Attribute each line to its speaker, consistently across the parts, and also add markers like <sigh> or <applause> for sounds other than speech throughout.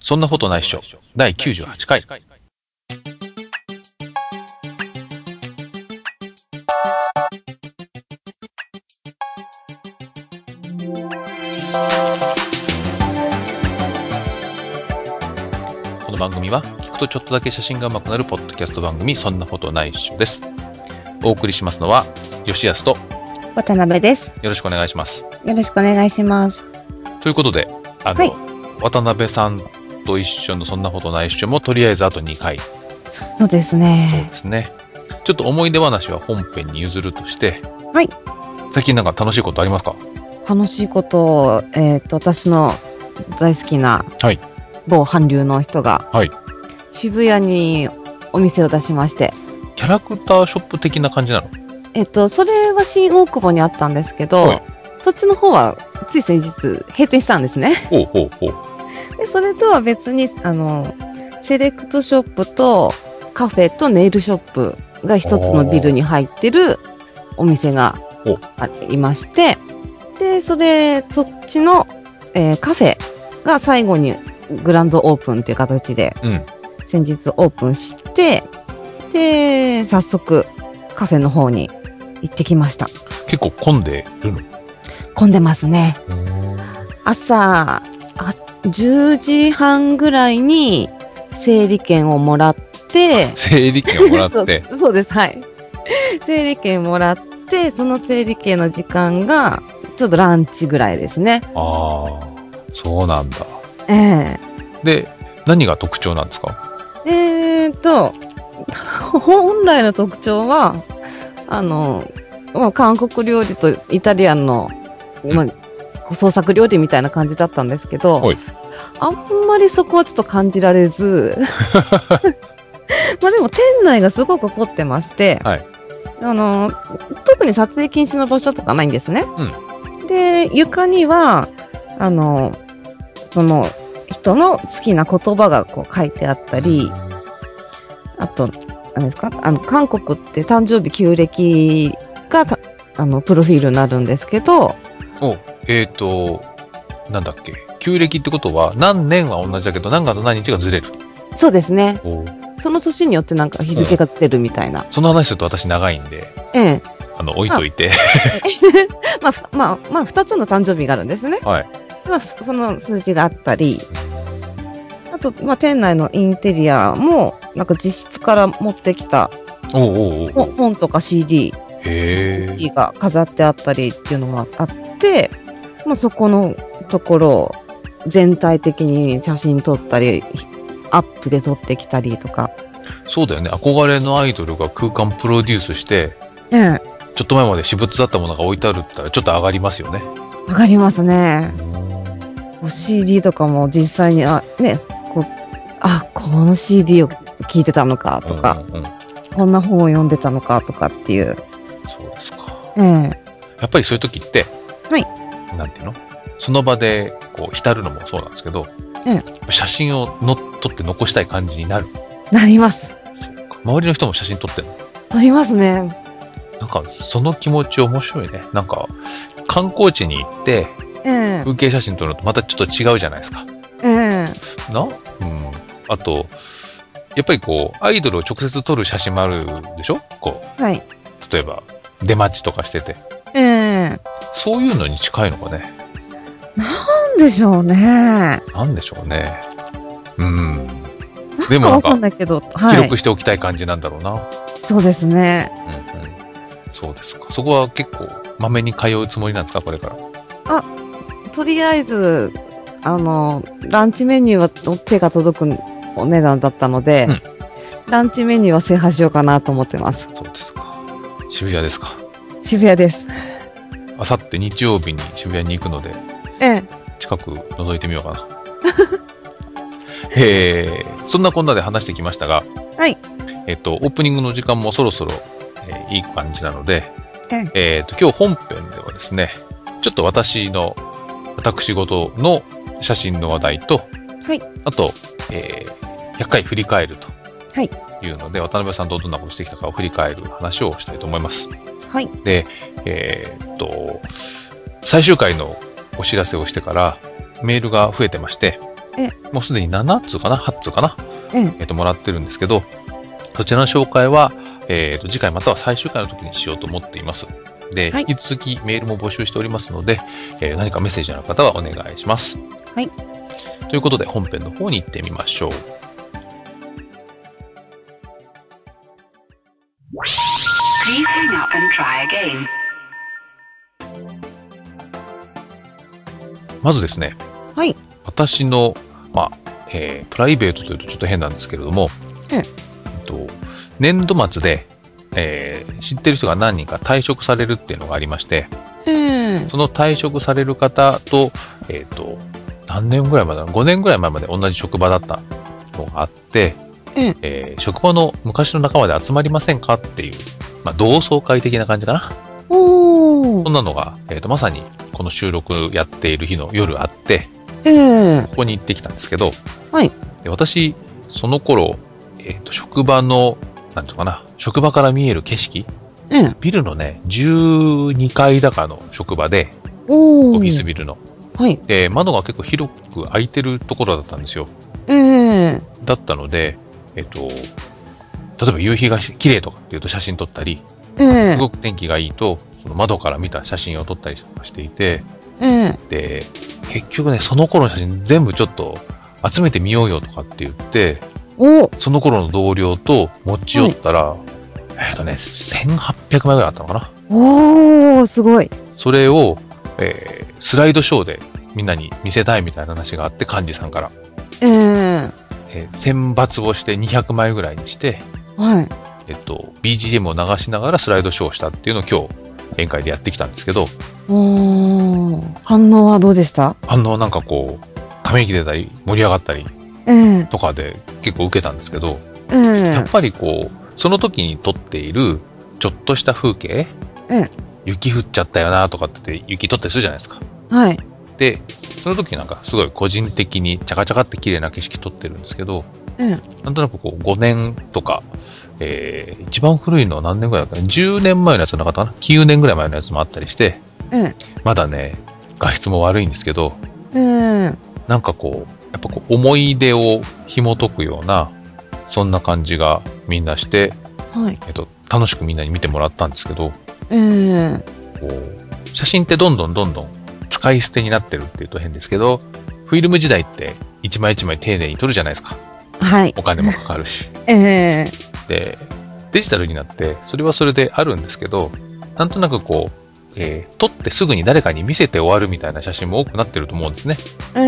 Speaker 1: そんなことないっしょ。第98回。この番組は、聞くとちょっとだけ写真が上手くなるポッドキャスト番組、そんなことないっしょです。お送りしますのは、吉安と、
Speaker 2: 渡辺です。
Speaker 1: よろしくお願いします。
Speaker 2: よろしくお願いします。
Speaker 1: ということで、あの、
Speaker 2: はい
Speaker 1: 渡辺さんと一緒のそんなことないっしょも、とりあえずあと2回、そ
Speaker 2: そうです
Speaker 1: う
Speaker 2: ね。
Speaker 1: ですね。ちょっと思い出話は本編に譲るとして、
Speaker 2: はい。
Speaker 1: 最近なんか楽しいことありますか
Speaker 2: 楽しいことを、えっ、と、私の大好きな、
Speaker 1: はい
Speaker 2: 某韓流の人が、
Speaker 1: はい
Speaker 2: 渋谷にお店を出しまして、
Speaker 1: キャラクターショップ的な感じなの
Speaker 2: えっ、と、それは新大久保にあったんですけど、
Speaker 1: はい
Speaker 2: そっちの方は、つい先日、閉店したんですね。
Speaker 1: ほうほうほう。
Speaker 2: で、それとは別に、あの、セレクトショップと、カフェとネイルショップが一つのビルに入ってるお店が
Speaker 1: お
Speaker 2: ありまして、で、それ、そっちの、えーカフェが最後にグランドオープンっていう形で、
Speaker 1: うん。
Speaker 2: 先日オープンして、で、早速、カフェの方に行ってきました。
Speaker 1: 結構混んでる
Speaker 2: <laughs>
Speaker 1: の。
Speaker 2: 混んでますね。朝あ10時半ぐらいに整理券をもらって
Speaker 1: 整理券をもら
Speaker 2: そ
Speaker 1: っ
Speaker 2: う
Speaker 1: て、
Speaker 2: <laughs> そうですはい整理券もらってその整理券の時間がちょっとランチぐらいですね
Speaker 1: ああ、そうなんだ。
Speaker 2: え
Speaker 1: で、何が特徴なんですか
Speaker 2: ええー、と <laughs> 本来の特徴はあのまあ韓国料理とイタリアンの、
Speaker 1: うん
Speaker 2: まあ、創作料理みたいな感じだったんですけど、
Speaker 1: はい
Speaker 2: あんまりそこはちょっと感じら
Speaker 1: <laughs>
Speaker 2: れず、まあでも店内がすごく凝ってまして、
Speaker 1: はい
Speaker 2: あの特に撮影禁止の場所とかないんですね。で、床には、あの、その人の好きな言葉がこう書いてあったり、あと、何ですかあの、韓国って誕生日旧暦がた、あの、プロフィールになるんですけど、
Speaker 1: お、えっ、ー、と、なんだっけ。旧暦ってことは、何年は同じだけど、何月と何日がずれる。
Speaker 2: そうですね。
Speaker 1: お
Speaker 2: その年によってなんか日付がつてるみたいな。
Speaker 1: その話すると私長いんで、
Speaker 2: ええ。
Speaker 1: あの、置いといて。
Speaker 2: まあ、ふまあ、まあ、二つの誕生日があるんですね。
Speaker 1: はい。
Speaker 2: まあ、その数字があったり、あと、まあ、店内のインテリアも、なんか実質から持ってきた
Speaker 1: <laughs> おうおうおうお
Speaker 2: 本
Speaker 1: う。
Speaker 2: 本とか CD
Speaker 1: へえ。
Speaker 2: が飾ってあったりっていうのがあって、まあ、そこのところを全体的に写真撮ったり、アップで撮ってきたりとか。
Speaker 1: そうだよね。憧れのアイドルが空間プロデュースして、
Speaker 2: ええ、
Speaker 1: ちょっと前まで私物だったものが置いてあるったら、ちょっと上がりますよね。
Speaker 2: わかりますね。こう CD とかも実際に、あ、ね、こう、あ、この CD を聴いてたのかとか、
Speaker 1: うんうんうん
Speaker 2: こんな本を読んでたのかとかっていう。
Speaker 1: そうですか。
Speaker 2: ええ、
Speaker 1: やっぱりそういう時って、
Speaker 2: は
Speaker 1: なんていうのその場でこう浸るのもそうなんですけど、
Speaker 2: え
Speaker 1: 写真をの撮って残したい感じになる。
Speaker 2: なります。
Speaker 1: 周りの人も写真撮ってるの。
Speaker 2: 撮りますね。
Speaker 1: なんかその気持ち面白いね。なんか観光地に行って
Speaker 2: ええ、
Speaker 1: 風景写真撮るのとまたちょっと違うじゃないですか。
Speaker 2: ええ、
Speaker 1: なうん。あと、やっぱりこう、アイドルを直接撮る写真もあるでしょこ
Speaker 2: はい。
Speaker 1: う、例えば出待ちとかしてて。
Speaker 2: ええ、
Speaker 1: そういうのに近いのかね。
Speaker 2: なんでしょうね。
Speaker 1: なんでしょうね。うん。で
Speaker 2: で
Speaker 1: もな
Speaker 2: もなんん
Speaker 1: か
Speaker 2: かわかんないけど、
Speaker 1: 記
Speaker 2: はい。
Speaker 1: 録しておきたい感じなんだろうな。
Speaker 2: そうですね。
Speaker 1: うんうん。そうですか。そこは結構、まめに通うつもりなんですか、これから。
Speaker 2: とりあえず、あの、ランチメニューは手が届くお値段だったので、
Speaker 1: うん
Speaker 2: ランチメニューは制覇しようかなと思ってます。
Speaker 1: そうですか。渋谷ですか。
Speaker 2: 渋谷です。
Speaker 1: あさって日曜日に渋谷に行くので、
Speaker 2: ええ、
Speaker 1: 近く覗いてみようか
Speaker 2: <laughs>
Speaker 1: な。えー、そんなこんなで話してきましたが、
Speaker 2: はい。
Speaker 1: えっと、オープニングの時間もそろそろ、えーいい感じなので、
Speaker 2: え
Speaker 1: えっと、今日本編ではですね、ちょっと私の、私事の写真の話題と、
Speaker 2: はい。
Speaker 1: あと、えー、100回振り返ると。
Speaker 2: はい。
Speaker 1: いうので、渡辺さんとどんなことしてきたかを振り返る話をしたいと思います。
Speaker 2: はい。
Speaker 1: で、えーっと、最終回のお知らせをしてから、メールが増えてまして、
Speaker 2: え
Speaker 1: もうすでに7つかな、8つかな、
Speaker 2: ええ
Speaker 1: えっともらってるんですけど、そちらの紹介は、えっと次回または最終回の時にしようと思っています。で、
Speaker 2: はい
Speaker 1: 引き続きメールも募集しておりますので、えー何かメッセージある方はお願いします。
Speaker 2: はい。
Speaker 1: ということで、本編の方に行ってみましょう。
Speaker 3: Please hang up and try again.
Speaker 1: まずですね、
Speaker 2: はい。
Speaker 1: 私の、まあえープライベートというとちょっと変なんですけれども、
Speaker 2: ええ
Speaker 1: と年度末で、えー知ってる人が何人か退職されるっていうのがありまして、
Speaker 2: ええ
Speaker 1: その退職される方と、えっ、と、何年ぐらいまで、5年ぐらい前まで同じ職場だったのがあって、
Speaker 2: ええ
Speaker 1: えー職場の昔の仲間で集まりませんかっていう、まあ、同窓会的な感じかな。
Speaker 2: お
Speaker 1: そ
Speaker 2: ー
Speaker 1: んなのが、えっ、と、まさにこの収録やっている日の夜あって、
Speaker 2: ええ
Speaker 1: ここに行ってきたんですけど、
Speaker 2: はい
Speaker 1: で私、その頃、えっと職場の、なんていうのかな、職場から見える景色、
Speaker 2: ええ
Speaker 1: ビルのね、12階高の職場で、
Speaker 2: おー
Speaker 1: オフィスビルの。
Speaker 2: はい。
Speaker 1: で、窓が結構広く開いてるところだったんですよ。
Speaker 2: ええ
Speaker 1: だったので、えっ、と、例えば夕日が綺麗とかっていうと写真撮ったり、
Speaker 2: ええ
Speaker 1: すごく天気がいいと、その窓から見た写真を撮ったりしていて、
Speaker 2: ええ
Speaker 1: で、結局ね、その頃の写真全部ちょっと集めてみようよとかって言って、
Speaker 2: お
Speaker 1: その頃の同僚と持ち寄ったら、えっ、とね、1800枚ぐらいあったのかな。
Speaker 2: おーすごい。
Speaker 1: それを、えースライドショーでみんなに見せたいみたいな話があって、幹事さんから。
Speaker 2: え
Speaker 1: え
Speaker 2: え
Speaker 1: ー選抜をして200枚ぐらいにして、
Speaker 2: はい。
Speaker 1: えっと、BGM を流しながらスライドショーをしたっていうのを今日、宴会でやってきたんですけど、
Speaker 2: おー反応はどうでした
Speaker 1: あの、なんかこう、ため息出たり、盛り上がったり
Speaker 2: ええ
Speaker 1: とかで結構受けたんですけど、
Speaker 2: ええ
Speaker 1: やっぱりこう、その時に撮っている、ちょっとした風景、
Speaker 2: うん
Speaker 1: 雪降っちゃったよなとかって雪撮ったりするじゃないですか。
Speaker 2: はい。
Speaker 1: で、その時なんかすごい個人的にチャカチャカって綺麗な景色撮ってるんですけど、
Speaker 2: うん
Speaker 1: なんとなくこう5年とか、えー、一番古いのは何年ぐらいだったかな ?10 年前のやつなかったかな ?9 年ぐらい前のやつもあったりして、
Speaker 2: うん
Speaker 1: まだね、画質も悪いんですけど、
Speaker 2: ええ
Speaker 1: なんかこう、やっぱこう思い出を紐解くような、そんな感じがみんなして、
Speaker 2: はい。
Speaker 1: えっと、楽しくみんなに見てもらったんですけど、
Speaker 2: ええ
Speaker 1: こう、写真ってどんどんどんどん使い捨てになってるっていうと変ですけど、フィルム時代って一枚一枚丁寧に撮るじゃないですか。
Speaker 2: はい。
Speaker 1: お金もかかる
Speaker 2: <laughs>
Speaker 1: し。
Speaker 2: ええ
Speaker 1: で、デジタルになって、それはそれであるんですけど、なんとなくこう、えー撮ってすぐに誰かに見せて終わるみたいな写真も多くなってると思うんですね。
Speaker 2: ええ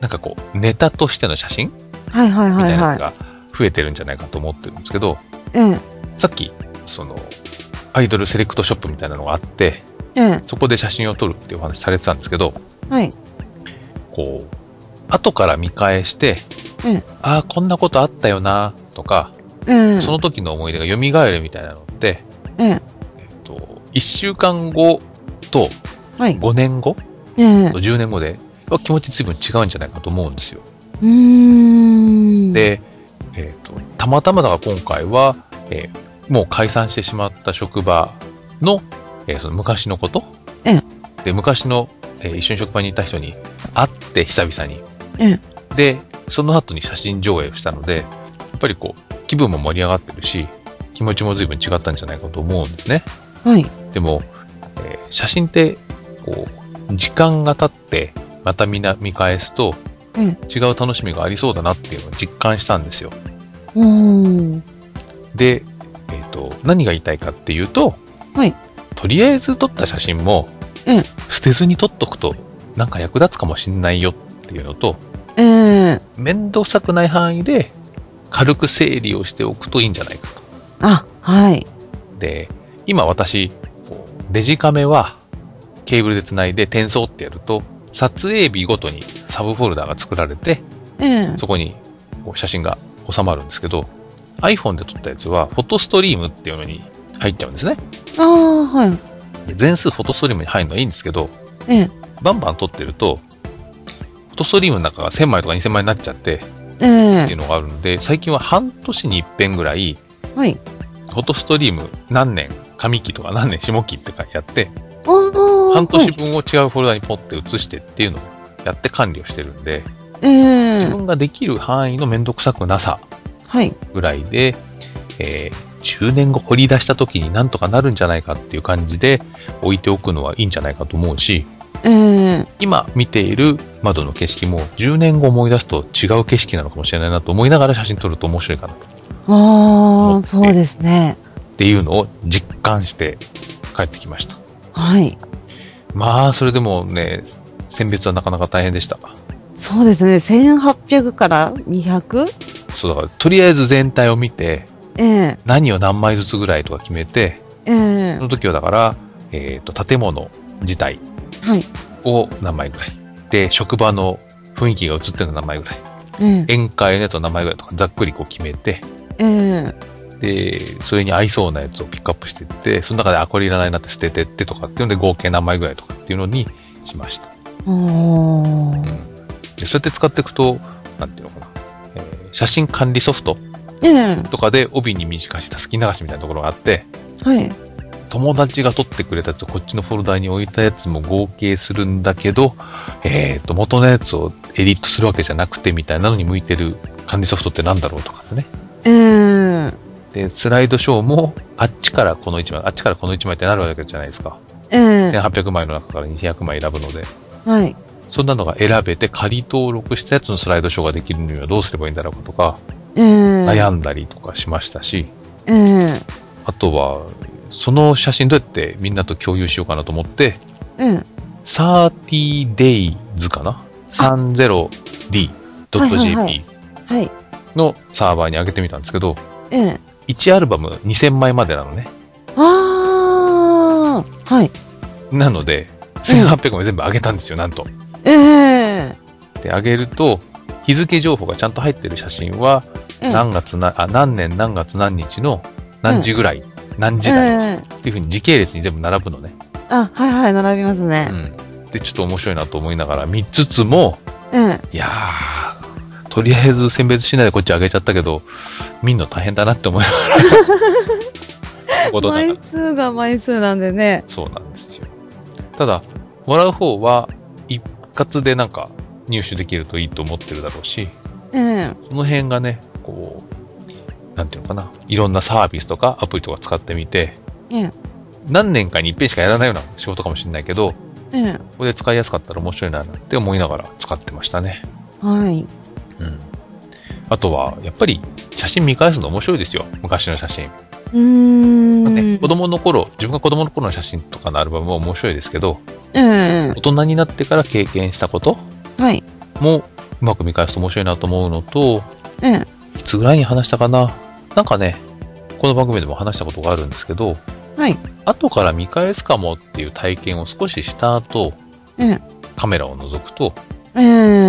Speaker 1: なんかこう、ネタとしての写真み
Speaker 2: はいはいは
Speaker 1: た
Speaker 2: い
Speaker 1: いな
Speaker 2: は
Speaker 1: やつ
Speaker 2: い。
Speaker 1: が増えてるんじゃないかと思ってるんですけど、
Speaker 2: ええ
Speaker 1: さっき、その、アイドルセレクトショップみたいなのがあって、
Speaker 2: ええ
Speaker 1: そこで写真を撮るっていうお話されてたんですけど、
Speaker 2: はい。
Speaker 1: こう、後から見返して、
Speaker 2: うん
Speaker 1: ああ、こんなことあったよな、とか、
Speaker 2: ええ
Speaker 1: その時の思い出が蘇るみたいなのって、
Speaker 2: ええ
Speaker 1: えっと、1週間後と
Speaker 2: はい。
Speaker 1: 5年後
Speaker 2: ええ
Speaker 1: と10年後で、は気持ち随分違うんじゃないかと思うんですよ。
Speaker 2: うーん。
Speaker 1: で、えっと、たまたまだが今回は、えーもう解散してしまった職場の、えーその昔のこと、
Speaker 2: うん
Speaker 1: で、昔の、えー一緒に職場にいた人に会って久々に、
Speaker 2: うん
Speaker 1: で、その後に写真上映をしたので、やっぱりこう、気分も盛り上がってるし、気持ちも随分違ったんじゃないかと思うんですね。
Speaker 2: はい。
Speaker 1: でも、えー写真って、こう、時間が経って、またみな見返すと、
Speaker 2: うん
Speaker 1: 違う楽しみがありそうだなっていうのを実感したんですよ。
Speaker 2: うーん。
Speaker 1: で、えっと何が言いたいかっていうと、
Speaker 2: はい
Speaker 1: とりあえず撮った写真も、
Speaker 2: うん
Speaker 1: 捨てずに撮っとくとなんか役立つかもしんないよっていうのと
Speaker 2: ええ
Speaker 1: 面倒くさくない範囲で軽く整理をしておくといいんじゃないかと。
Speaker 2: あ、はい。
Speaker 1: で今私こうデジカメはケーブルでつないで転送ってやると撮影日ごとにサブフォルダが作られて
Speaker 2: ええ
Speaker 1: そこにこう写真が収まるんですけど iPhone で撮ったやつはフォトストリームっていうのに入っちゃうんですね。
Speaker 2: ああ、はい。
Speaker 1: で全数フォトストリームに入るのはいいんですけど、
Speaker 2: ええ
Speaker 1: バンバン撮ってると、フォトストリームの中が1000枚とか2000枚になっちゃってっ
Speaker 2: え
Speaker 1: ていうのがあるので、最近は半年に一遍ぐらい、
Speaker 2: えはい。
Speaker 1: フォトストリーム何年上期とか何年下期って書いてあって、
Speaker 2: あ
Speaker 1: 半
Speaker 2: あ、は
Speaker 1: 年
Speaker 2: い。
Speaker 1: 分を違うフォルダにポッて移してっていうのをやって管理をしてるんで、
Speaker 2: えええ
Speaker 1: 自分ができる範囲のめんどくさくなさ
Speaker 2: はい。
Speaker 1: ぐらいで、えー10年後掘り出した時になんとかなるんじゃないかっていう感じで置いておくのはいいんじゃないかと思うし、
Speaker 2: ええ
Speaker 1: 今見ている窓の景色も10年後思い出すと違う景色なのかもしれないなと思いながら写真撮ると面白いかなと
Speaker 2: ああ、そうですね。
Speaker 1: っていうのを実感して帰ってきました。
Speaker 2: はい。
Speaker 1: まあ、それでもね、選別はなかなか大変でした。
Speaker 2: そうですね。1800から 200?
Speaker 1: そうだから、とりあえず全体を見て、
Speaker 2: ええ
Speaker 1: 何を何枚ずつぐらいとか決めて、
Speaker 2: ええ
Speaker 1: その時はだから、えっ、と、建物自体
Speaker 2: はい。
Speaker 1: を何枚ぐらい。で、職場の雰囲気が映ってるの何枚ぐらい。
Speaker 2: ええ
Speaker 1: 宴会のやつは何枚ぐらいとか、ざっくりこう決めて、
Speaker 2: ええ
Speaker 1: で、それに合いそうなやつをピックアップしていって、その中で、あ、これいらないなって捨ててってとかっていうので、合計何枚ぐらいとかっていうのにしました。
Speaker 2: お
Speaker 1: うん
Speaker 2: ー。
Speaker 1: で、そうやって使っていくと、なんていうのかな。えー写真管理ソフト
Speaker 2: ええ
Speaker 1: とかで帯に短し、たすき流しみたいなところがあって、
Speaker 2: はい。
Speaker 1: 友達が撮ってくれたやつをこっちのフォルダに置いたやつも合計するんだけど、えっ、と、元のやつをエディットするわけじゃなくてみたいなのに向いてる管理ソフトってなんだろうとかね。
Speaker 2: ええ
Speaker 1: で、スライドショーもあっちからこの1枚、あっちからこの1枚ってなるわけじゃないですか。
Speaker 2: ええ
Speaker 1: 1800枚の中から200枚選ぶので、
Speaker 2: はい。
Speaker 1: そんなのが選べて仮登録したやつのスライドショーができるにはどうすればいいんだろうかとか、
Speaker 2: ええ
Speaker 1: 悩んだりとかしましたし、
Speaker 2: ええ
Speaker 1: あとは、その写真どうやってみんなと共有しようかなと思って、
Speaker 2: ええ
Speaker 1: 30days かな ?30d.jp、
Speaker 2: はいはいはいはい。
Speaker 1: のサーバーに上げてみたんですけど、
Speaker 2: ええ
Speaker 1: 1アルバム2000枚までなのね。
Speaker 2: ああ、はい。
Speaker 1: なので、1800枚全部上げたんですよ、なんと。
Speaker 2: ええ
Speaker 1: で、上げると、日付情報がちゃんと入ってる写真は、
Speaker 2: ええ
Speaker 1: 何月な、あ、何年何月何日の何時ぐらい、何時台
Speaker 2: ええ
Speaker 1: っていうふうに時系列に全部並ぶのね。
Speaker 2: あ、はいはい、並びますね
Speaker 1: う。ん。で、ちょっと面白いなと思いながら見つつも、
Speaker 2: ええ
Speaker 1: いやー、とりあえず選別しないでこっち上げちゃったけど、見んの大変だなって思いながら。ことだから
Speaker 2: 枚数が枚数なんでね。
Speaker 1: そうなんですよ。ただ、もらう方は一括でなんか入手できるといいと思ってるだろうし、
Speaker 2: ええ
Speaker 1: その辺がね、こう、なんていうのかな、いろんなサービスとかアプリとか使ってみて、
Speaker 2: ええ
Speaker 1: 何年かに一遍しかやらないような仕事かもしれないけど、
Speaker 2: ええ
Speaker 1: ここで使いやすかったら面白いなって思いながら使ってましたね。
Speaker 2: はい。
Speaker 1: うん。あとは、やっぱり写真見返すの面白いですよ。昔の写真。
Speaker 2: うーん。
Speaker 1: ね、子供の頃、自分が子供の頃の写真とかのアルバムも面白いですけど、
Speaker 2: え
Speaker 1: 大
Speaker 2: え
Speaker 1: 人になってから経験したこと
Speaker 2: はい。
Speaker 1: もうまく見返すと面白いなと思うのと、
Speaker 2: ええ
Speaker 1: いつぐらいに話したかななんかね、この番組でも話したことがあるんですけど、
Speaker 2: はい。
Speaker 1: 後から見返すかもっていう体験を少しした後、
Speaker 2: ええ
Speaker 1: カメラを覗くと、
Speaker 2: え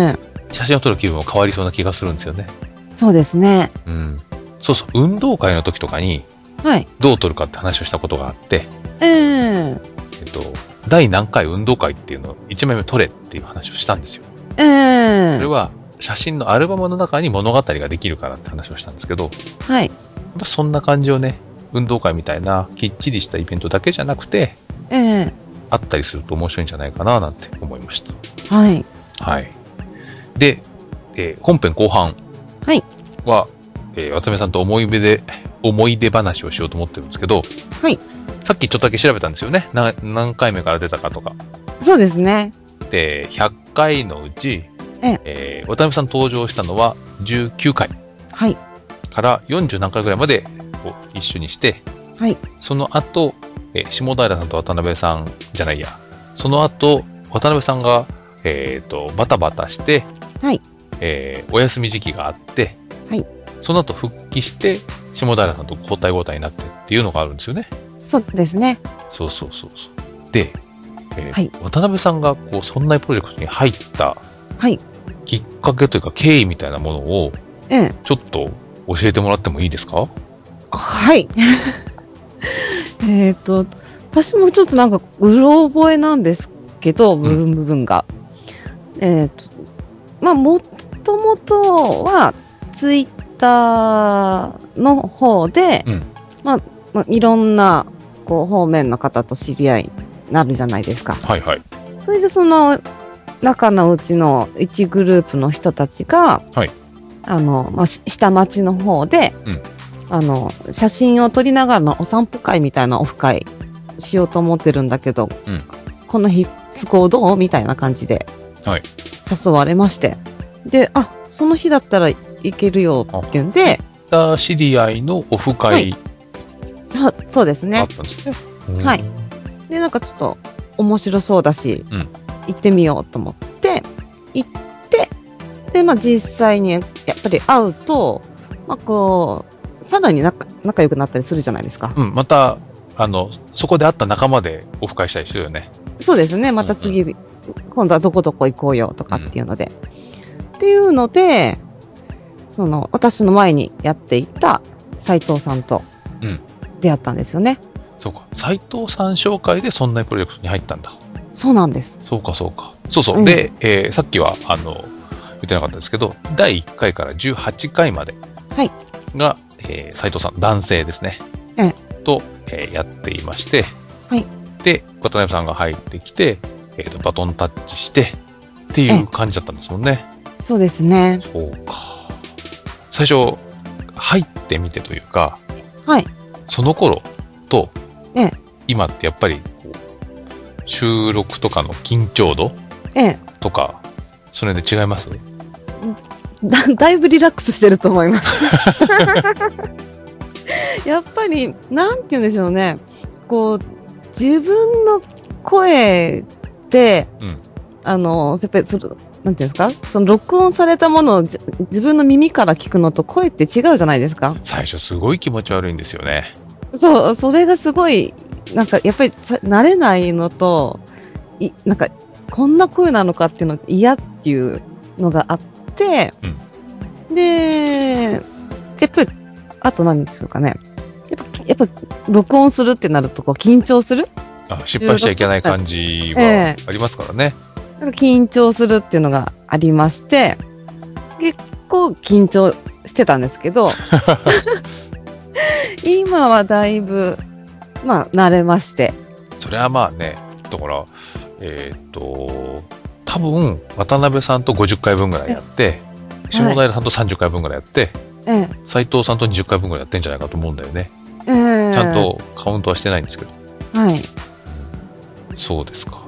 Speaker 2: え
Speaker 1: 写真を撮る気分も変わりそうな気がするんですよね。
Speaker 2: そうですね。
Speaker 1: うん。そうそう、運動会の時とかに、
Speaker 2: はい。
Speaker 1: どう撮るかって話をしたことがあって、
Speaker 2: ええ
Speaker 1: えっと、第何回運動会っていうのを1枚目撮れっていう話をしたんですよ。そ
Speaker 2: え
Speaker 1: れ
Speaker 2: え
Speaker 1: は写真のアルバムの中に物語ができるからって話をしたんですけど、やっ
Speaker 2: はい。
Speaker 1: ぱそんな感じをね、運動会みたいなきっちりしたイベントだけじゃなくて、
Speaker 2: ええ
Speaker 1: あったりすると面白いんじゃないかななんて思いました。
Speaker 2: はい。
Speaker 1: はい。で、えー本編後半
Speaker 2: はい
Speaker 1: は、えー渡辺さんと思い出で、思い出話をしようと思ってるんですけど、
Speaker 2: はい
Speaker 1: さっきちょっとだけ調べたんですよね。な何回目から出たかとか。
Speaker 2: そうですね。
Speaker 1: で、100回のうち、
Speaker 2: ええ
Speaker 1: えー渡辺さん登場したのは19回
Speaker 2: はい。
Speaker 1: から40何回ぐらいまでを一緒にして、
Speaker 2: はい
Speaker 1: その後、えー下平さんと渡辺さんじゃないや、その後、渡辺さんが、えー、とバタバタして、
Speaker 2: はい
Speaker 1: えーお休み時期があって、
Speaker 2: はい
Speaker 1: その後復帰して、下平さんと交代交代になってっていうのがあるんですよね。
Speaker 2: そうですね。
Speaker 1: そうそうそうそう。で、えー
Speaker 2: はい
Speaker 1: 渡辺さんがこうそんなプロジェクトに入った
Speaker 2: はい。
Speaker 1: きっかけというか経緯みたいなものを
Speaker 2: ええ
Speaker 1: ちょっと教えてもらってもいいですか
Speaker 2: はい。 <laughs> えっと、私もちょっとなんか、うろ覚えなんですけど、部分部分が。えっと、まあ、もともとは、ツイッターの方で、
Speaker 1: うん
Speaker 2: まあ、まあ、いろんな、こう、方面の方と知り合いになるじゃないですか。
Speaker 1: はいはい。
Speaker 2: それで、その、中のうちの1グループの人たちが、
Speaker 1: はい
Speaker 2: あのまあ、し下町の方で、
Speaker 1: うん
Speaker 2: あの写真を撮りながらのお散歩会みたいなオフ会しようと思ってるんだけど、
Speaker 1: うん
Speaker 2: この日都合どうみたいな感じで
Speaker 1: はい
Speaker 2: 誘われまして、であその日だったら行けるよっていうんで
Speaker 1: た知り合いのオフ
Speaker 2: は
Speaker 1: 会
Speaker 2: いそそうです
Speaker 1: があ
Speaker 2: ね
Speaker 1: ったんですね。
Speaker 2: はい
Speaker 1: うん
Speaker 2: で、なんかちょっと面白そうだし、
Speaker 1: うん
Speaker 2: 行ってみようと思って、行って、で、まあ実際にやっぱり会うと、まあこう、さらに仲仲良くなったりするじゃないですか。
Speaker 1: うん、また、あの、そこで会った仲間でオフ会したりするよね。
Speaker 2: そうですね。また次、今度はどこどこ行こうよとかっていうので。っていうので、その、私の前にやっていた斉藤さんと
Speaker 1: うん
Speaker 2: 出会ったんですよね。
Speaker 1: そうか。斎藤さん紹介でそんなプロジェクトに入ったんだ。
Speaker 2: そうなんです。
Speaker 1: そうか、そうか。そうそう。
Speaker 2: うん
Speaker 1: で、えーさっきは、あの、言ってなかったですけど、第1回から18回まで
Speaker 2: はい
Speaker 1: が、えー斉藤さん、男性ですね。
Speaker 2: え
Speaker 1: と、えーやっていまして、
Speaker 2: はい
Speaker 1: で、渡辺さんが入ってきて、えーと、バトンタッチして、っていう感じだったんですもんね。
Speaker 2: そうですね。
Speaker 1: そうか。最初、入ってみてというか、
Speaker 2: はい。
Speaker 1: その頃と、
Speaker 2: ええ
Speaker 1: 今ってやっぱりこう、収録とかの緊張度
Speaker 2: ええ。
Speaker 1: とか、それで違います
Speaker 2: だ <laughs> だいぶリラックスしてると思い
Speaker 1: <laughs>
Speaker 2: ます。やっぱり、なんて言うんでしょうね。こう、自分の声で、
Speaker 1: うん
Speaker 2: あの、やっぱりそのなんていうんですかその録音されたものをじ自分の耳から聞くのと声って違うじゃないですか。
Speaker 1: 最初すごい気持ち悪いんですよね。
Speaker 2: そう、それがすごい、なんかやっぱりさ慣れないのと、いなんかこんな声なのかっていうの嫌っていうのがあって、で、やっぱり、あと何ですかね。やっぱ、やっぱ録音するってなるとこう緊張する
Speaker 1: あ失敗しちゃいけない感じは
Speaker 2: え
Speaker 1: ありますからね。
Speaker 2: なんか緊張するっていうのがありまして、結構緊張してたんですけど、今はだいぶ、まあ、慣れまして、
Speaker 1: それはまあね、だから、えーっと、多分、渡辺さんと50回分ぐらいやって、下平さんと30回分ぐらいやって、
Speaker 2: ええ、
Speaker 1: 斉藤さんと20回分ぐらいやってんじゃないかと思うんだよね。
Speaker 2: ええ
Speaker 1: ちゃんとカウントはしてないんですけど。
Speaker 2: はい。
Speaker 1: そうですか。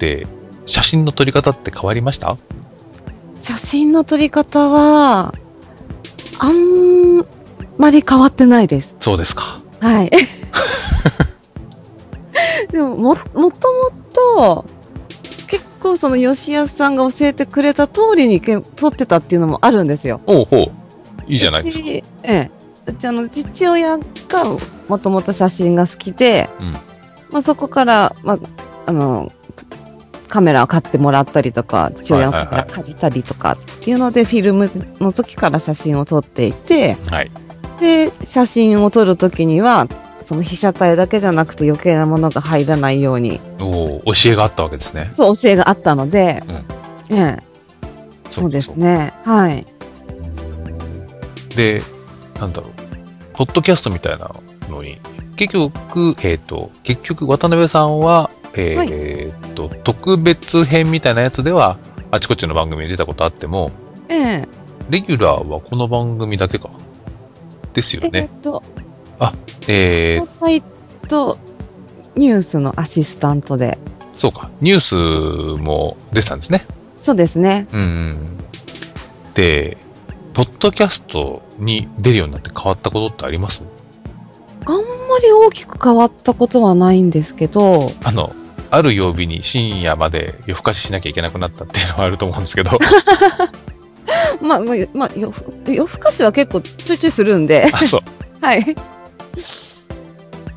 Speaker 1: で、写真の撮り方って変わりました
Speaker 2: 写真の撮り方は、あんまり変わってないです。
Speaker 1: そうですか。
Speaker 2: はい。 <laughs> でも、も、もともと、結構その吉安さんが教えてくれた通りにけ撮ってたっていうのもあるんですよ。
Speaker 1: おうおう、いいじゃないですか。
Speaker 2: うちええ。うちあの、父親がもともと写真が好きで、
Speaker 1: うん
Speaker 2: まあそこから、まあ、あの、カメラを買ってもらったりとか、父親のカメラ借りたりとかっていうので、フィルムの時から写真を撮っていて、
Speaker 1: はい。
Speaker 2: で、写真を撮るときには、その被写体だけじゃなくて余計なものが入らないように、
Speaker 1: おお、教えがあったわけですね。
Speaker 2: そう教えがあったので、ええ、そうですね。はい。
Speaker 1: で、なんだろう、ポッドキャストみたいなのに、結局、えっ、と、結局、渡辺さんは、えー
Speaker 2: はい
Speaker 1: えーと、特別編みたいなやつでは、あちこちの番組に出たことあっても、
Speaker 2: ええ、
Speaker 1: レギュラーはこの番組だけか。ですよ
Speaker 2: え
Speaker 1: ね。
Speaker 2: っと、
Speaker 1: えー
Speaker 2: サイトニュースのアシスタントで、
Speaker 1: そうか、ニュースも出てたんですね。
Speaker 2: そうですね。
Speaker 1: うん。で、ポッドキャストに出るようになって変わったことってあります
Speaker 2: あんまり大きく変わったことはないんですけど、
Speaker 1: あの、ある曜日に深夜まで夜更かししなきゃいけなくなったっていうのはあると思うんですけ <laughs> ど、
Speaker 2: まあ、まあ、まあ、夜ふ夜更かしは結構ちょいちょいするんで、
Speaker 1: あ、そう。
Speaker 2: <laughs> はい。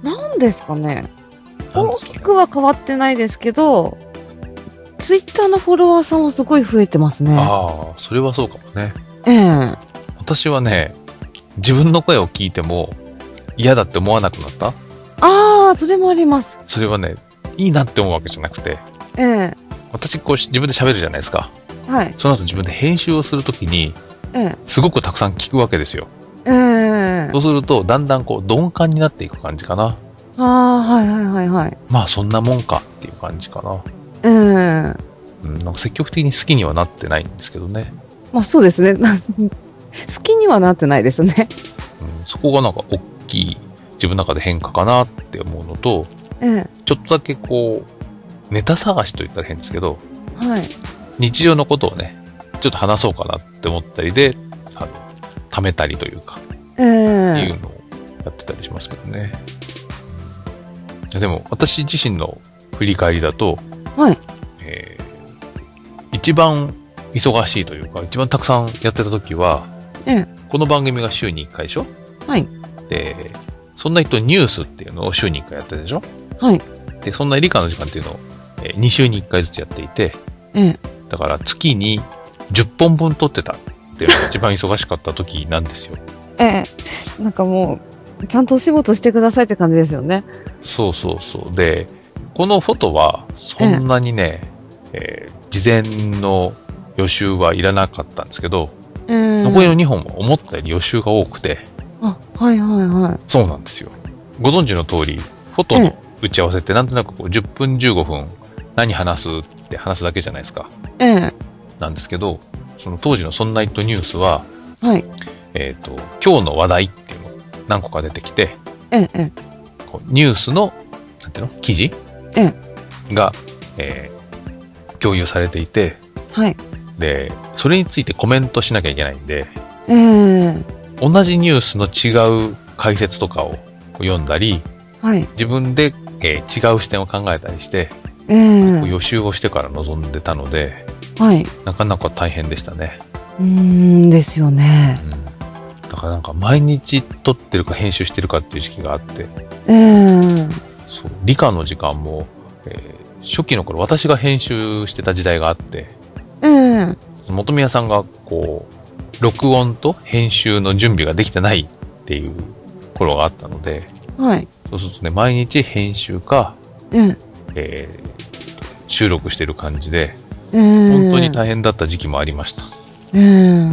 Speaker 2: なんですかね。
Speaker 1: なん
Speaker 2: 大
Speaker 1: ですか
Speaker 2: き
Speaker 1: ね
Speaker 2: くは変わってないですけど、ツイッターのフォロワーさんはすごい増えてますね。
Speaker 1: ああ、それはそうかもね。
Speaker 2: ええ
Speaker 1: 私はね、自分の声を聞いても嫌だって思わなくなった
Speaker 2: ああ、それもあります。
Speaker 1: それはね、いいなって思うわけじゃなくて、
Speaker 2: ええ
Speaker 1: 私こうし自分で喋るじゃないですか。
Speaker 2: はい。
Speaker 1: その後自分で編集をするときに、
Speaker 2: ええ
Speaker 1: すごくたくさん聞くわけですよ。
Speaker 2: ええ
Speaker 1: そうすると、だんだんこう鈍感になっていく感じかな。
Speaker 2: ああ、はいはいはいはい。
Speaker 1: まあそんなもんかっていう感じかな。
Speaker 2: ええ
Speaker 1: うん、なんか積極的に好きにはなってないんですけどね。
Speaker 2: まあそうですね。 <laughs> な好きにはなってないですね。
Speaker 1: うん、そこがなんか大きい自分の中で変化かなって思うのと、
Speaker 2: ええ。
Speaker 1: ちょっとだけこう、ネタ探しと言ったら変ですけど、
Speaker 2: はい。
Speaker 1: 日常のことをね、ちょっと話そうかなって思ったりで、あの、貯めたりというか、
Speaker 2: え
Speaker 1: ってい
Speaker 2: え。
Speaker 1: うのをやってたりしますけどね。いやでも、私自身の振り返りだと、
Speaker 2: はい
Speaker 1: えー一番忙しいというか、一番たくさんやってた時は、
Speaker 2: ええ
Speaker 1: この番組が週に1回でしょ
Speaker 2: はい。
Speaker 1: で、そんな人ニュースっていうのを週に1回やってたでしょ
Speaker 2: はい。
Speaker 1: で、そんな理科の時間っていうのを、え2週に1回ずつやっていて、
Speaker 2: ええ。
Speaker 1: だから月に10本分撮ってたっていうのが一番忙しかった時なんですよ。
Speaker 2: ええ。なんかもう、ちゃんとお仕事してくださいって感じですよね。
Speaker 1: そうそうそう。で、このフォトはそんなにね、えー事前の予習はいらなかったんですけど、
Speaker 2: ええ。
Speaker 1: 残りの2本は思ったより予習が多くて、
Speaker 2: あ、はいはいは
Speaker 1: そうなんですよ。ご存知の通り、フォトの打ち合わせってなんとなくこう10分15分何話すって話すだけじゃないですか。
Speaker 2: い。ええ。
Speaker 1: なんですけど、その当時のそんなイットニュースは、
Speaker 2: はい。
Speaker 1: えっ、と、今日の話題っていうの何個か出てきて、
Speaker 2: ええ。ええ
Speaker 1: こうニュースの、なんていうの記事
Speaker 2: え
Speaker 1: が、えー共有されていて、
Speaker 2: はい。
Speaker 1: で、それについてコメントしなきゃいけないんで、
Speaker 2: ええ。
Speaker 1: 同じニュースの違う解説とかを読んだり、
Speaker 2: はい。
Speaker 1: 自分で、えー違う視点を考えたりして、
Speaker 2: ええ。
Speaker 1: 予習をしてから臨んでたので、
Speaker 2: はい。
Speaker 1: なかなか大変でしたね。
Speaker 2: うーんですよね。
Speaker 1: うんだからなんか毎日撮ってるか編集してるかっていう時期があって、
Speaker 2: ええ。
Speaker 1: そう理科の時間も、えー初期の頃私が編集してた時代があって、
Speaker 2: ええ。
Speaker 1: 元宮さんがこう、録音と編集の準備ができてないっていう頃があったので、
Speaker 2: はい。
Speaker 1: そうするとね、毎日編集か、
Speaker 2: ええ。
Speaker 1: えー収録してる感じで、
Speaker 2: ええ。
Speaker 1: 本当に大変だった時期もありました。
Speaker 2: ええ。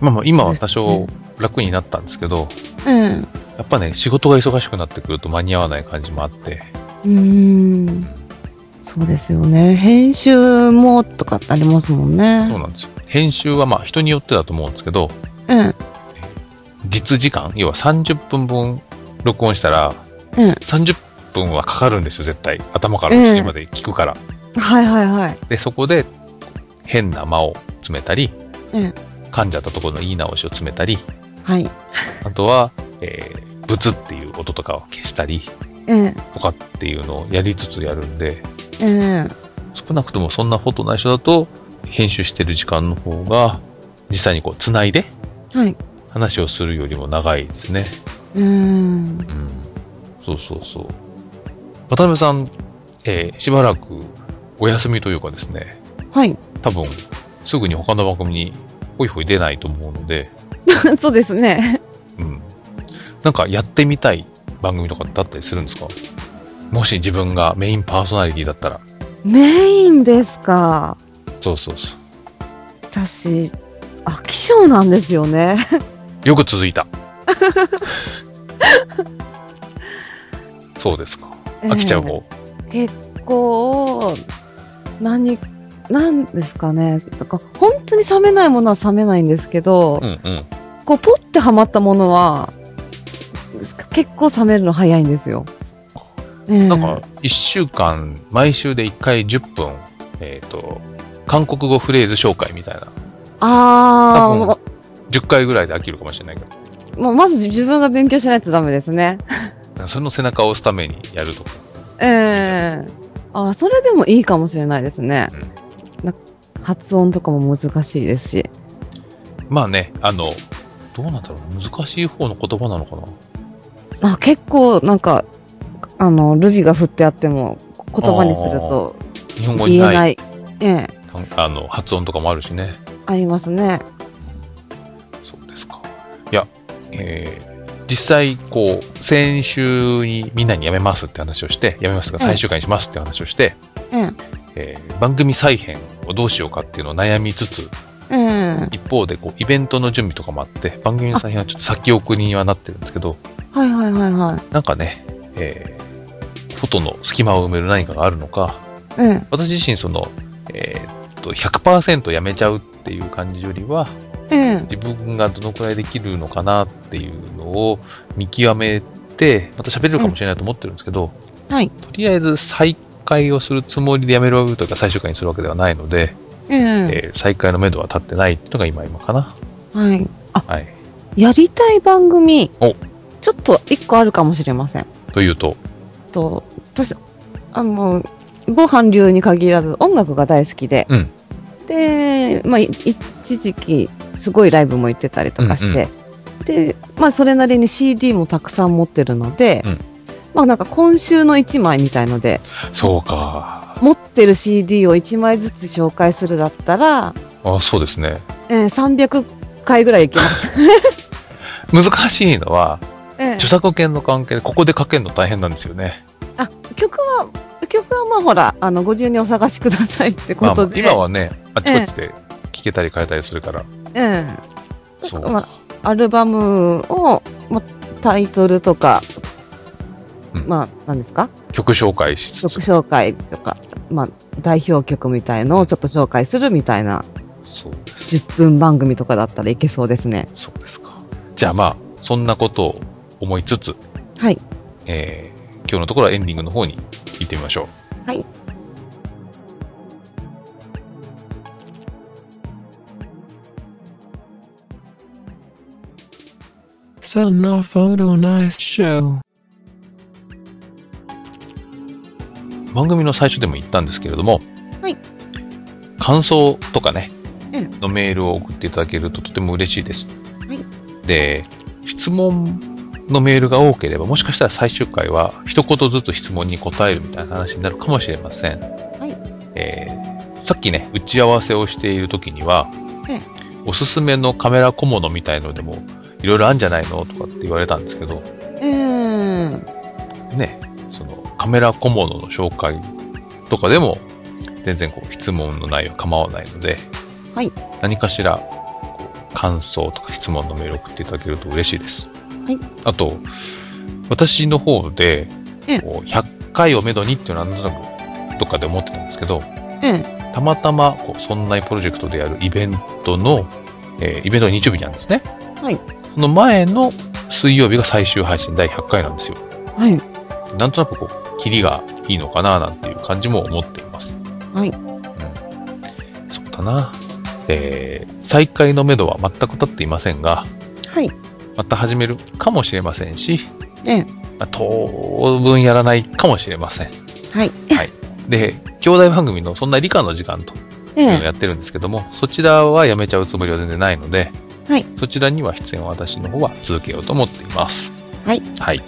Speaker 1: まあまあ今は
Speaker 2: そ
Speaker 1: 多
Speaker 2: うですね
Speaker 1: 少楽になったんですけど、
Speaker 2: ええ。
Speaker 1: やっぱね、仕事が忙しくなってくると間に合わない感じもあって、
Speaker 2: うーんそうですよね。編集もとかってありますもん
Speaker 1: そう
Speaker 2: ね。
Speaker 1: なんですよ。編集はまあ人によってだと思うんですけど、
Speaker 2: ええ
Speaker 1: 実時間、要は30分分録音したら、
Speaker 2: うん
Speaker 1: 30分はかかるんですよ、絶対。頭からお尻まで聞くから。
Speaker 2: はいはいはい。
Speaker 1: で、そこで変な間を詰めたり、
Speaker 2: うん
Speaker 1: 噛んじゃったところの言い直しを詰めたり、
Speaker 2: はい。
Speaker 1: あとは、えー、ブツっていう音とかを消したり
Speaker 2: ええ
Speaker 1: とかっていうのをやりつつやるんで、
Speaker 2: ええ
Speaker 1: 少なくともそんなフォトない人だと、編集してる時間の方が、実際にこう、繋いで
Speaker 2: はい。
Speaker 1: 話をするよりも長いですね。
Speaker 2: うーん。
Speaker 1: うん。そうそうそう。渡辺さん、えーしばらくお休みというかですね、 <laughs>
Speaker 2: はい。
Speaker 1: 多分、すぐに他の番組にホイホイ出ないと思うので、
Speaker 2: そうですね。
Speaker 1: うん。なんかやってみたい番組とかってあったりするんですかもし自分がメインパーソナリティだったら。
Speaker 2: メインですか。
Speaker 1: そうそうそう。
Speaker 2: 私、飽き性なんですよね。
Speaker 1: よく続い <laughs> た。そうですか。 <laughs> 飽きちゃう
Speaker 2: え
Speaker 1: 方。
Speaker 2: え結構、何、何ですかね。なんか本当に冷めないものは冷めないんですけど、
Speaker 1: うんうん。
Speaker 2: こう、ポッてはまったものは、結構冷めるの早いんですよ。
Speaker 1: な
Speaker 2: なん
Speaker 1: か、一週間、毎週で一回10分、えっ、と、韓国語フレーズ紹介みたいな。
Speaker 2: あ
Speaker 1: 多
Speaker 2: あ、
Speaker 1: 分
Speaker 2: も
Speaker 1: 10回ぐらいで飽きるかもしれないけ
Speaker 2: うもうまず自分が勉強しないとダメですね。
Speaker 1: ど、それの背中を押すためにやるとか。
Speaker 2: ええああ、それでもいいかもしれないですね。な発音とかも難しいですし。
Speaker 1: まあね、あの、どうなんだろう、難しい方の言葉なのかな。
Speaker 2: あ結構、なんか、あの、ルビが振ってあっても、言葉にすると
Speaker 1: 日本語
Speaker 2: 言え
Speaker 1: に
Speaker 2: ない。
Speaker 1: ない
Speaker 2: ええ
Speaker 1: あの発音とかもあるしね。
Speaker 2: ありますね。
Speaker 1: そうですか。いや、えー実際、こう、先週にみんなにやめますって話をして、やめますが、
Speaker 2: うん
Speaker 1: 最終回にしますって話をして、
Speaker 2: ええ
Speaker 1: えー番組再編をどうしようかっていうのを悩みつつ、
Speaker 2: ええ
Speaker 1: 一方で、こう、イベントの準備とかもあって、番組の再編はちょっと先送りにはなってるんですけど、
Speaker 2: はいはいはいはい。
Speaker 1: なんかね、えーフォトの隙間を埋める何かがあるのか、
Speaker 2: ええ
Speaker 1: 私自身、その、えーっと、100%やめちゃうっていう感じよりは、
Speaker 2: ええ
Speaker 1: 自分がどのくらいできるのかなっていうのを見極めて、また喋れるかもしれないと思ってるんですけど、
Speaker 2: はい。
Speaker 1: とりあえず再開をするつもりでやめるというか最終回にするわけではないので、
Speaker 2: ええ
Speaker 1: えー再開の目処は立ってないっていうのが今今かな。
Speaker 2: はい。あ、
Speaker 1: はい。
Speaker 2: やりたい番組。
Speaker 1: お
Speaker 2: ちょっと一個あるかもしれません。
Speaker 1: というと、
Speaker 2: と、私、あの、某韓流に限らず音楽が大好きで、
Speaker 1: うん
Speaker 2: で、まあ、い一時期すごいライブも行ってたりとかして、で、まあ、それなりに CD もたくさん持ってるので、
Speaker 1: うん
Speaker 2: まあ、なんか今週の1枚みたいので、
Speaker 1: そうか。
Speaker 2: 持ってる CD を1枚ずつ紹介するだったら、
Speaker 1: あそうですね。
Speaker 2: えー300回ぐらいいけ
Speaker 1: <laughs>
Speaker 2: ます。
Speaker 1: 難しいのは、
Speaker 2: ええ
Speaker 1: 著作権の関係で、ここで書けるの大変なんですよね。
Speaker 2: あ曲は曲はまあほらあのご自由にお探しくださいってこ
Speaker 1: まあ
Speaker 2: とで、
Speaker 1: 今はね、あっちこっちで聞けたり変えたりするから、
Speaker 2: うん
Speaker 1: そう
Speaker 2: まあ、アルバムを、まあ、タイトルとか、
Speaker 1: うん
Speaker 2: まあ何ですか
Speaker 1: 曲紹介しつ
Speaker 2: 曲
Speaker 1: つ、
Speaker 2: 紹介とか、まあ、代表曲みたいのをちょっと紹介するみたいな
Speaker 1: そう
Speaker 2: 10分番組とかだったらいけそうですね
Speaker 1: そうですか。じゃあまあ、そんなことを思いつつ、
Speaker 2: はい
Speaker 1: えー今日のところはエンディングの方に行ってみましょう。
Speaker 2: はい。
Speaker 4: Son of Photo Nice Show.
Speaker 1: 番組の最初でも言ったんですけれども、
Speaker 2: はい
Speaker 1: 感想とかね、
Speaker 2: うん
Speaker 1: のメールを送っていただけるととても嬉しいです。
Speaker 2: は
Speaker 1: で、質問のメールが多ければ、もしかしたら最終回は一言ずつ質問に答えるみたいな話になるかもしれません。えーさっきね、打ち合わせをしている時には、
Speaker 2: うん
Speaker 1: おすすめのカメラ小物みたいのでも、いろいろあるんじゃないのとかって言われたんですけど、
Speaker 2: うん
Speaker 1: ね、そのカメラ小物の紹介とかでも全然こう質問の内容構わないので、
Speaker 2: はい
Speaker 1: 何かしらこう感想とか質問のメールを送っていただけると嬉しいです。
Speaker 2: はい
Speaker 1: あと、私の方で
Speaker 2: ええ
Speaker 1: こう100回をめどにっていうのはなんとなくどっかで思ってたんですけど、
Speaker 2: うん
Speaker 1: たまたまこうそんなプロジェクトでやるイベントの、えーイベントが日曜日なんですね。
Speaker 2: はい
Speaker 1: その前の水曜日が最終配信第100回なんですよ。
Speaker 2: はい
Speaker 1: なんとなくこう、キリがいいのかななんていう感じも思っています。
Speaker 2: はい
Speaker 1: うん。そうだな。えー、再開のめどは全く立っていませんが、
Speaker 2: はい
Speaker 1: また始めるかもしれませんし、
Speaker 2: ええ
Speaker 1: まあ、当分やらないかもしれません。
Speaker 2: はい
Speaker 1: で、兄弟番組のそんな理科の時間と
Speaker 2: え
Speaker 1: いうのを
Speaker 2: え
Speaker 1: やってるんですけども、そちらはやめちゃうつもりは全然ないので、
Speaker 2: はい
Speaker 1: そちらには出演を私の方は続けようと思っています。
Speaker 2: はい。
Speaker 1: はい。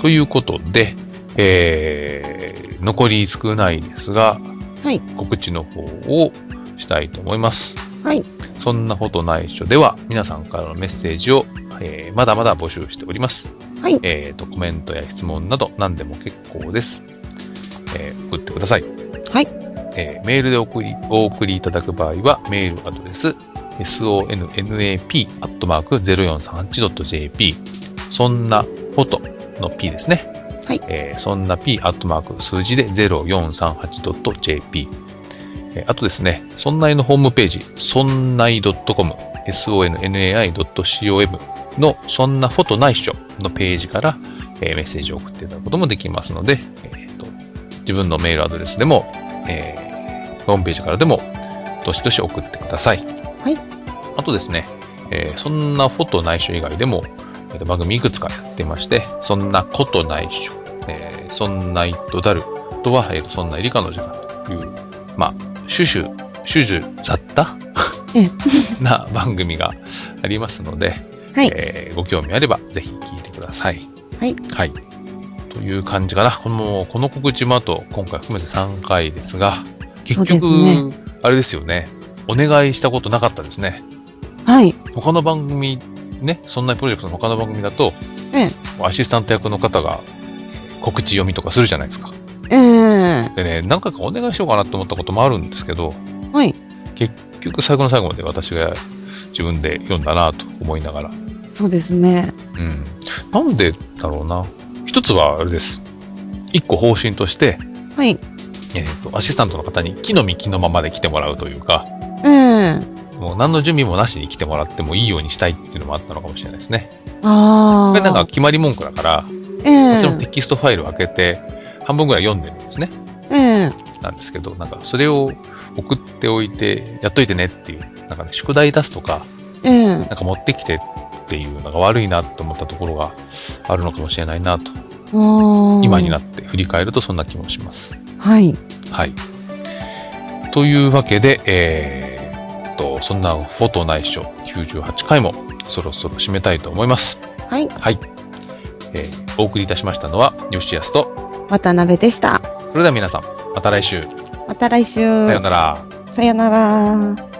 Speaker 1: ということで、えー、残り少ないですが、
Speaker 2: はい
Speaker 1: 告知の方をしたいと思います。
Speaker 2: はい
Speaker 1: そんなことないっしょでは、皆さんからのメッセージを、えーまだまだ募集しております。
Speaker 2: はい
Speaker 1: えーと、コメントや質問など何でも結構です。えー送ってください。
Speaker 2: はい
Speaker 1: えーメールでお送りお送りいただく場合は、メールアドレス、sonnap.0438.jp、そんなフォトの P ですね。
Speaker 2: はい
Speaker 1: えーそんな P、アットマーク、数字で 0438.jp。えーあとですね、そんないのホームページ、そんない .com、sonnai.com のそんなフォトないっしょのページから、えーメッセージを送っていただくこともできますので、えーと自分のメールアドレスでも、えーホームページからでも、どしどし送ってください。
Speaker 2: はい。
Speaker 1: あとですね、えーそんなフォトないっしょ以外でも、えーと番組いくつかやってまして、そんなことないっしょ、えーそんないとだる、あとは、えーとそんな理科の時間という、まあ、シュシュ、シュシュ雑多
Speaker 2: え
Speaker 1: <laughs> な番組がありますので、
Speaker 2: はい
Speaker 1: えーご興味あればぜひ聞いてください。
Speaker 2: はい。
Speaker 1: はい。という感じかな。このこの告知もあと今回含めて3回ですが、結
Speaker 2: そうで
Speaker 1: 局、
Speaker 2: すね
Speaker 1: あれですよね。お願いしたことなかったですね。
Speaker 2: はい
Speaker 1: 他の番組、ね、そんなプロジェクトの他の番組だと、
Speaker 2: え
Speaker 1: アシスタント役の方が告知読みとかするじゃないですか。
Speaker 2: ええ
Speaker 1: でね、何回かお願いしようかなと思ったこともあるんですけど、
Speaker 2: はい
Speaker 1: 結局最後の最後まで私が自分で読んだなと思いながら。
Speaker 2: そうですね
Speaker 1: うん。なんでだろうな。一つはあれです。一個方針として、
Speaker 2: はい
Speaker 1: えーと、アシスタントの方に木の幹のままで来てもらうというか、
Speaker 2: うん。
Speaker 1: もう何の準備もなしに来てもらってもいいようにしたいっていうのもあったのかもしれないですね。
Speaker 2: ああ。
Speaker 1: これなんか、決まり文句だから、
Speaker 2: え
Speaker 1: もちろん
Speaker 2: え
Speaker 1: テキストファイルを開けて、半分ぐらい読んでるんですね。
Speaker 2: ええ
Speaker 1: なんですけど、なんかそれを送っておいて、やっといてねっていう、なんかね、宿題出すとか、
Speaker 2: ええ
Speaker 1: なんか持ってきてっていうのが悪いなと思ったところがあるのかもしれないなと、今
Speaker 2: 今
Speaker 1: にな
Speaker 2: っ
Speaker 1: って振り返るとそんな気もします。
Speaker 2: はい。
Speaker 1: はい。というわけで、えーっと、そんなフォト内緒98回もそろそろ締めたいと思います。
Speaker 2: はい。
Speaker 1: はい。えーお送りいたしましたのは、吉安と、
Speaker 2: 渡辺でした。
Speaker 1: それでは皆さん、また来週、
Speaker 2: また来週。
Speaker 1: さようなら。
Speaker 2: さよなら。